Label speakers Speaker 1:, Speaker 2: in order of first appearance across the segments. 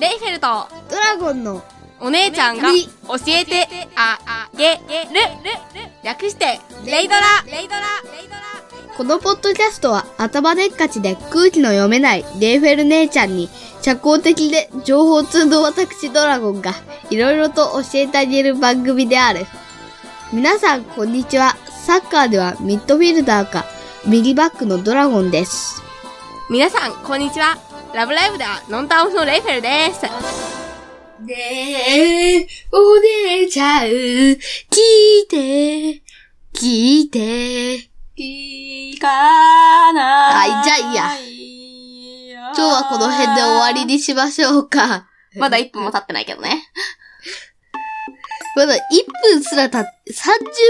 Speaker 1: レイフェルト
Speaker 2: ドラゴンの
Speaker 1: お姉ちゃんが
Speaker 2: み
Speaker 1: 教えてあげる略してレイドラ
Speaker 2: このポッドキャストは頭でっかちで空気の読めないレイフェル姉ちゃんに社交的で情報通の私ドラゴンがいろいろと教えてあげる番組である。皆さんこんにちは。サッカーではミッドフィルダーか右バックのドラゴンです。
Speaker 1: 皆さんこんにちはラブライブではノンタンオフのレイフェルです
Speaker 2: ねえ、お姉ちゃん、聞いて、聞いて。
Speaker 1: 聞かない
Speaker 2: はいじゃあいいや今日はこの辺で終わりにしましょうか。
Speaker 1: まだ1分も経ってないけどね
Speaker 2: まだ1分すらた、30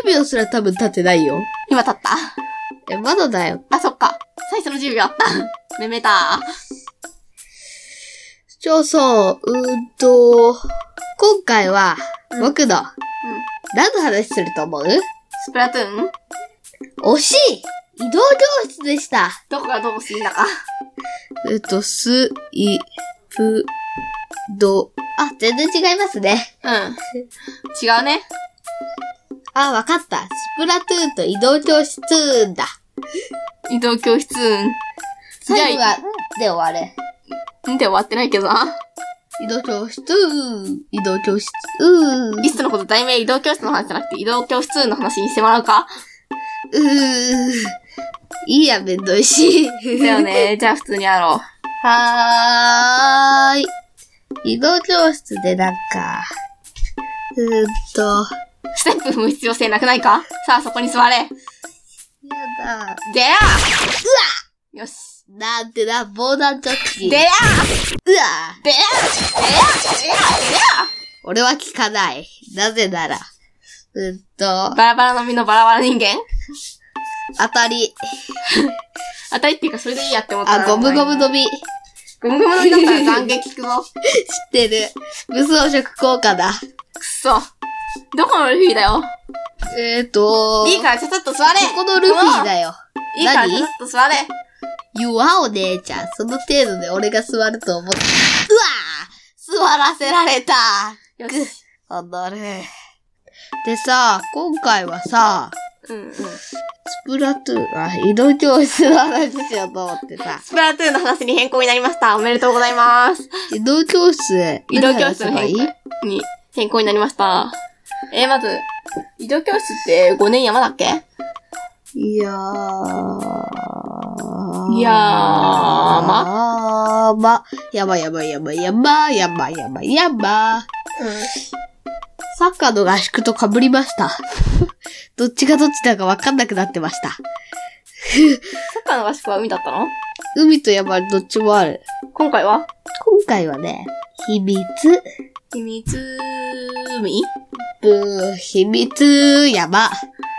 Speaker 2: 秒すら多分経ってないよ。
Speaker 1: 今経った
Speaker 2: え、まだだよ。
Speaker 1: あそっか最初の10秒あっためめた
Speaker 2: じゃあさ、うーんと、今回は、
Speaker 1: うん
Speaker 2: 僕の、何の話すると思う
Speaker 1: スプラトゥーン
Speaker 2: 惜しい移動教室でした。
Speaker 1: どこがどうしいんだか
Speaker 2: えっと、す、い、ぷ、ど。あ、全然違いますね。
Speaker 1: うん違うね
Speaker 2: あ、わかった。スプラトゥーンと移動教室だ。
Speaker 1: 移動教室じゃあ
Speaker 2: 最後は、で終わる。
Speaker 1: んで終わってないけど な
Speaker 2: 移動教室、移動教室、うー
Speaker 1: リストのこと題名移動教室の話じゃなくて移動教室の話にしてもらうか
Speaker 2: うーいいや、めんどいし。
Speaker 1: だよね。じゃあ普通にやろう。
Speaker 2: はーい。移動教室でなんか、うーんと、
Speaker 1: ステップ踏む必要性なくないかさあそこに座れ。
Speaker 2: やだ。
Speaker 1: でやうわよし。
Speaker 2: なんてな、防弾チョッキ。
Speaker 1: でや
Speaker 2: うわ
Speaker 1: でやでやでや
Speaker 2: 俺は聞かない。なぜなら、うーんと、
Speaker 1: バラバラの身のバラバラ人間
Speaker 2: 当たり、
Speaker 1: 当たりっていうかそれでいいやって思ったら
Speaker 2: あ、ゴムゴム
Speaker 1: の。
Speaker 2: のび、知っ
Speaker 1: ゴムゴムの身だったら懺悔聞くぞ。
Speaker 2: てる。無装飾効果だ。
Speaker 1: くっそ。どこのルフィだよ。
Speaker 2: えーと、
Speaker 1: いいからちゃちゃっと座れ。
Speaker 2: ここのルフィだよ。
Speaker 1: いいからちゃち
Speaker 2: 何
Speaker 1: ゃっと座れ。
Speaker 2: 言わお姉ちゃん。その程度で俺が座ると思って。うわー座らせられた
Speaker 1: よし。
Speaker 2: あなる。でさ、今回はさ、
Speaker 1: うんうん。ス
Speaker 2: スプラトゥーン、あ、移動教室の話しようと思ってさ、
Speaker 1: プラトゥーンの話に変更になりました。おめでとうございます。
Speaker 2: 移動教室へ。
Speaker 1: 移動教室の
Speaker 2: 何話せばいい
Speaker 1: 変更に変更になりました。えー、まず、移動教室って5年山だっけ
Speaker 2: いやー。
Speaker 1: いやー
Speaker 2: ま。ま。やばいやばいやばいやばいやばいやばいやば。サッカーの合宿と被りました。 どっちがどっちだかわかんなくなってました。
Speaker 1: サッカーの合宿は海だったの
Speaker 2: 海と山どっちもある。
Speaker 1: 今回は
Speaker 2: 今回はね、秘密。
Speaker 1: 秘密海
Speaker 2: ブー、秘密山。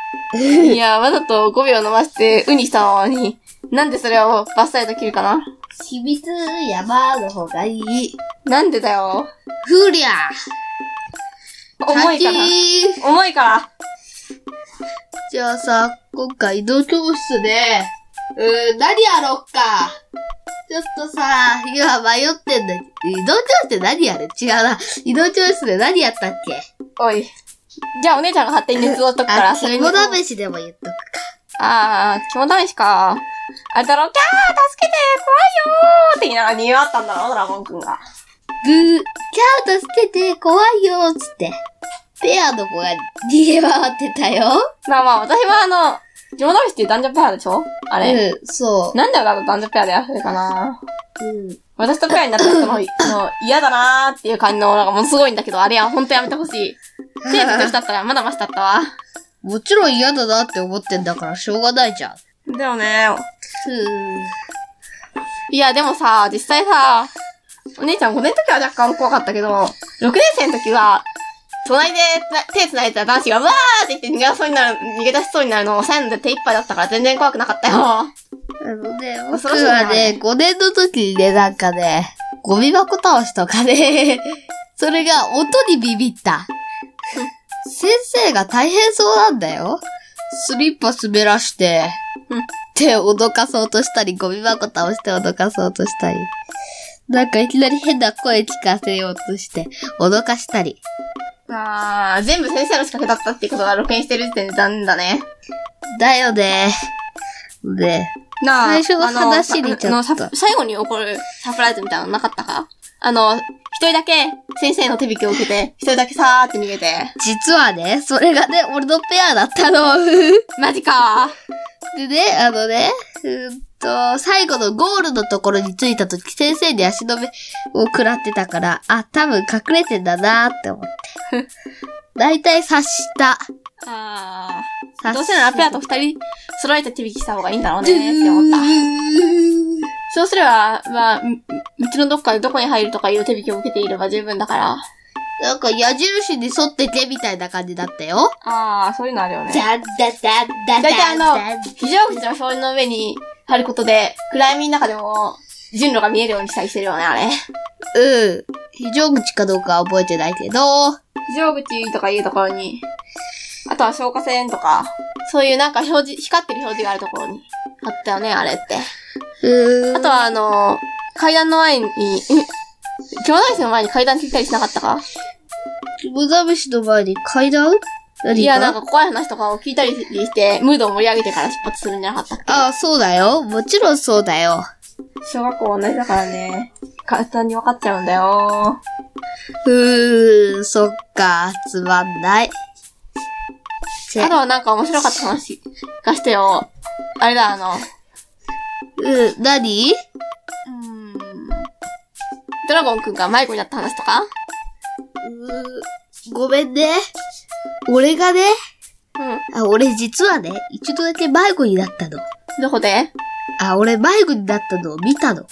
Speaker 1: いや、わざと5秒伸ばして、ウにしたのに、なんでそれをバッサリと切るかな
Speaker 2: 秘密山の方がいい。
Speaker 1: なんでだよ。
Speaker 2: ふりゃ
Speaker 1: 重いから。
Speaker 2: ら。
Speaker 1: 重いから。
Speaker 2: じゃあさ、今回移動教室で、うーん、何やろっか。ちょっとさ、今迷ってんだ。移動教室で何やる違うな。移動教室で何やったっけ
Speaker 1: おい。じゃあお姉ちゃんが勝手に熱を取っとくから、
Speaker 2: あ、
Speaker 1: それに。
Speaker 2: 肝試しでも言っとくか。
Speaker 1: あー、肝試しか。あれだろ、キャー助けて怖いよーって言いながら逃げ回ったんだろ、ドラゴンくんが。
Speaker 2: ブー、キャー助けて、怖いよーっつって。ペアの子が逃げ回ってたよ。
Speaker 1: まあまあ、私はあの、肝試しって男女ペアでしょあれ。
Speaker 2: うん、そ
Speaker 1: なんでわざと男女ペアでやってるかな
Speaker 2: う。うん。
Speaker 1: 私とペアになった人の、もう嫌だなーっていう感じののがものすごいんだけど、あれはほんとやめてほしい。ペアと女子だったらまだマシだったわ。
Speaker 2: もちろん嫌だなって思ってんだからしょうがないじゃん。
Speaker 1: だよね。
Speaker 2: う
Speaker 1: いや、でもさ、実際さ、お姉ちゃん5年の時は若干怖かったけど、6年生の時は、隣でつな手繋いでた男子が、わーって言って逃げそうになる、逃げ出しそうになるのを抑えるので手一杯だったから全然怖くなかったよ。
Speaker 2: ん。あのね、
Speaker 1: 恐
Speaker 2: 僕
Speaker 1: ろしいな
Speaker 2: はね、5年の時にね、なんかね、ゴミ箱倒しとかね、 それが音にビビった。先生が大変そうなんだよ。スリッパ滑らして
Speaker 1: うん、
Speaker 2: 手を脅かそうとしたり、ゴミ箱倒して脅かそうとしたり。なんかいきなり変な声聞かせようとして、脅かしたり。
Speaker 1: あー、全部先生の仕掛けだったっていうことが録音してる時点で残念だね。
Speaker 2: だよね。ね
Speaker 1: なあ、
Speaker 2: 最初は
Speaker 1: あの
Speaker 2: 話にちょっと
Speaker 1: あのさ最後に起こるサプライズみたいなのなかったかあの、一人だけ先生の手引きを受けて、一人だけさーって逃げて。
Speaker 2: 実はね、それがね、俺のペアだったの。
Speaker 1: マジかー。
Speaker 2: でね、あのね、うーんと、最後のゴールのところに着いたとき、先生に足止めを食らってたから、あ、多分隠れてんだなーって思って。 だいたい察した。
Speaker 1: あ
Speaker 2: 察
Speaker 1: ー。どうせならペアと二人揃えて手引きした方がいいんだろうねーって思った。
Speaker 2: た。
Speaker 1: そうすれば、まあ、うちのどっかでどこに入るとかいう手引きを受けていれば十分だから。
Speaker 2: なんか矢印に沿っててみたいな感じだったよ。
Speaker 1: あー、そういうのあるよね。
Speaker 2: だんだんだんだん
Speaker 1: だいたい
Speaker 2: だ
Speaker 1: あ
Speaker 2: ん
Speaker 1: の、非常口の表示の上に貼ることで、暗闇の中でも順路が見えるようにしたりしてるよね、あれ。
Speaker 2: うん。非常口かどうかは覚えてないけど、
Speaker 1: 非常口とかいうところに、あとは消火栓とか、そういうなんか表示、光ってる表示があるところにあったよね、あれって。
Speaker 2: うーん。
Speaker 1: あとはあのー階段の前に、今日のの前に階段聞いたりしなかったか
Speaker 2: キムザムシの前に階段何
Speaker 1: いや、なんか怖い話とかを聞いたりして、ムードを盛り上げてから出発するんじゃなかったっけ
Speaker 2: ああ、そうだよ。もちろんそうだよ。
Speaker 1: 小学校同じだからね、簡単に分かっちゃうんだよ。
Speaker 2: うーん、そっか、つまんない。チェ
Speaker 1: あとはなんか面白かった話がしてよ。あれだ、あの、
Speaker 2: うん、何
Speaker 1: うーんドラゴンくんが迷子になった話とか
Speaker 2: うーん、ごめんね。俺がね、
Speaker 1: う
Speaker 2: あ、俺実はね、一度だけ迷子になったの。
Speaker 1: ん。どこで
Speaker 2: あ、俺迷子になったのを見たの。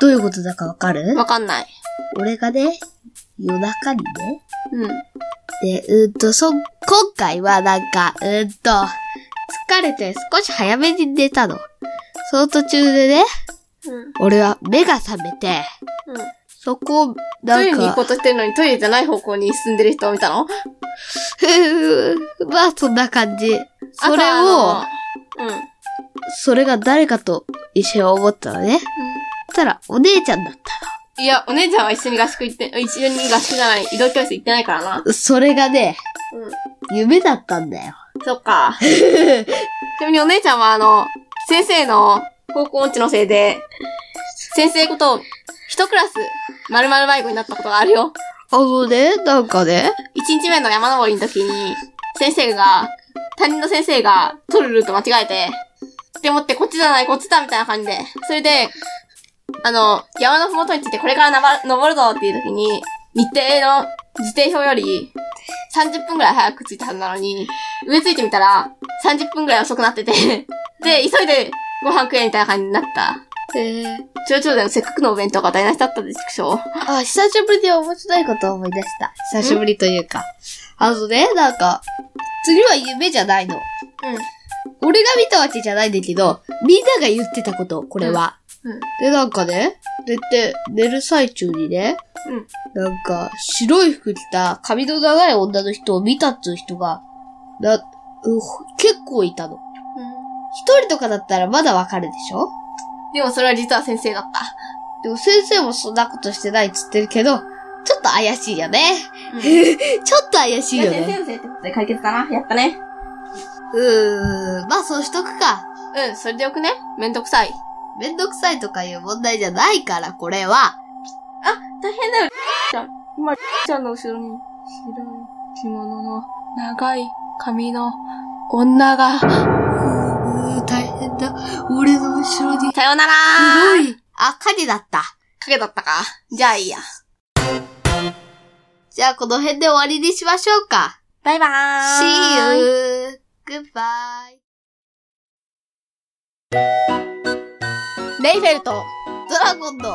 Speaker 2: どういうことだかわか
Speaker 1: え
Speaker 2: る
Speaker 1: わかんない。
Speaker 2: 俺がね、夜中にね、
Speaker 1: うん。
Speaker 2: で、うーんと、そ、今回はなんか、うーんと、疲れて少し早めに寝たの。その途中でね、
Speaker 1: うん。
Speaker 2: 俺は目が覚めて、
Speaker 1: うん。
Speaker 2: そこを、
Speaker 1: ト
Speaker 2: な
Speaker 1: イレ
Speaker 2: ん
Speaker 1: に行こ
Speaker 2: か、
Speaker 1: うとしてるのにトイレじゃない方向に進んでる人を見たの
Speaker 2: ふーまあそんな感じ。それを
Speaker 1: あ、とはあのうん。
Speaker 2: それが誰かと一緒に思ったのね。そしたら、お姉ちゃんだっ
Speaker 1: いや、お姉ちゃんは一緒に合宿行って、一緒に合宿じゃない、移動教室行ってないからな。
Speaker 2: た。それがね、
Speaker 1: うん。
Speaker 2: 夢だったんだよ。
Speaker 1: そっか。ちなみにお姉ちゃんはあの、先生の方向音痴のせいで、先生こと、一クラス、丸々迷子になったことがあるよ。
Speaker 2: あのね、なんかね、
Speaker 1: 一日目の山登りの時に、先生が、担任の先生が、取るルート間違えて、でもって、こっちじゃない、こっちだ、みたいな感じで。それで、あの、山のふもとについてこれからなば登るぞっていう時に、日程の時程表より、30分くらい早く着いたはずなのに、上着いてみたら、30分くらい遅くなってて、 で、急いでご飯食えみたいな感じになった。
Speaker 2: えー、
Speaker 1: ちょうちょうでのせっかくのお弁当が台無しだったでしょう。
Speaker 2: あ、久しぶりで面白いことを思い出した。久しぶりというか。あのね、なんか、次は夢じゃないの。
Speaker 1: うん。
Speaker 2: 俺が見たわけじゃないんだけど、みんなが言ってたこと、これは。
Speaker 1: うんうん
Speaker 2: で、なんかね、寝て、寝る最中にね、
Speaker 1: うん
Speaker 2: なんか、白い服着た髪の長い女の人を見たっていう人が、な、う結構いたの。一人とかだったらまだわかるでしょ
Speaker 1: でもそれは実は先生だった。
Speaker 2: でも先生もそんなことしてないっつってるけど、ちょっと怪しいよね。
Speaker 1: うん
Speaker 2: ちょっと怪しいよ
Speaker 1: 先
Speaker 2: ね。
Speaker 1: 生のせいってことで解決だな。やったね。
Speaker 2: うーん。まあそうしとくか。
Speaker 1: うん、それでよくね。めんどくさい。
Speaker 2: めんどくさいとかいう問題じゃないから、これは。
Speaker 1: 大変だよ、ちゃん。今、ちゃんの後ろに、白い着物の長い髪の女が。
Speaker 2: うー、大変だ。俺の後ろに。
Speaker 1: さよならー
Speaker 2: い。あ、火事だった。
Speaker 1: 影だったか。じゃあいいや。
Speaker 2: じゃあこの辺で終わりにしましょうか。
Speaker 1: バイバーイ
Speaker 2: See you. Goodbye.
Speaker 1: レイフェルト、
Speaker 2: ドラゴンの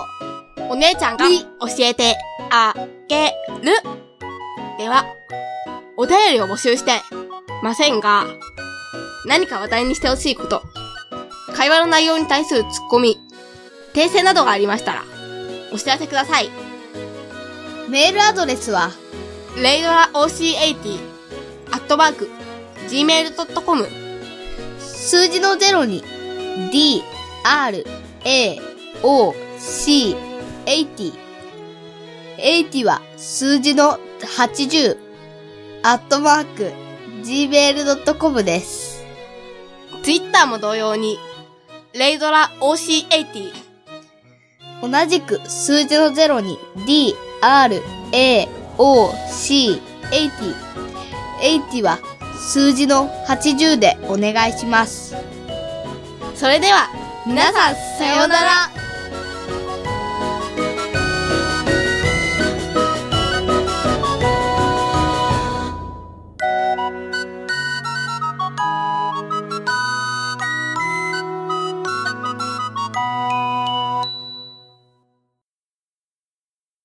Speaker 1: お姉ちゃんが
Speaker 2: に
Speaker 1: 教えてあげる。では、お便りを募集してませんが、何か話題にしてほしいこと、会話の内容に対するツッコミ、訂正などがありましたら、お知らせください。
Speaker 2: メールアドレスは、
Speaker 1: レイドラ OC80、アットマーク、gmail.com、
Speaker 2: 数字の0に d, r, a, o, c, 80。80は数字の80。アットマーク、gmail.com です。
Speaker 1: ツイッターも同様に、レイドラ OC80。
Speaker 2: 同じく数字の0に D, R, A, O, C, 80。80は数字の80でお願いします。
Speaker 1: それでは、
Speaker 2: 皆さん、さようなら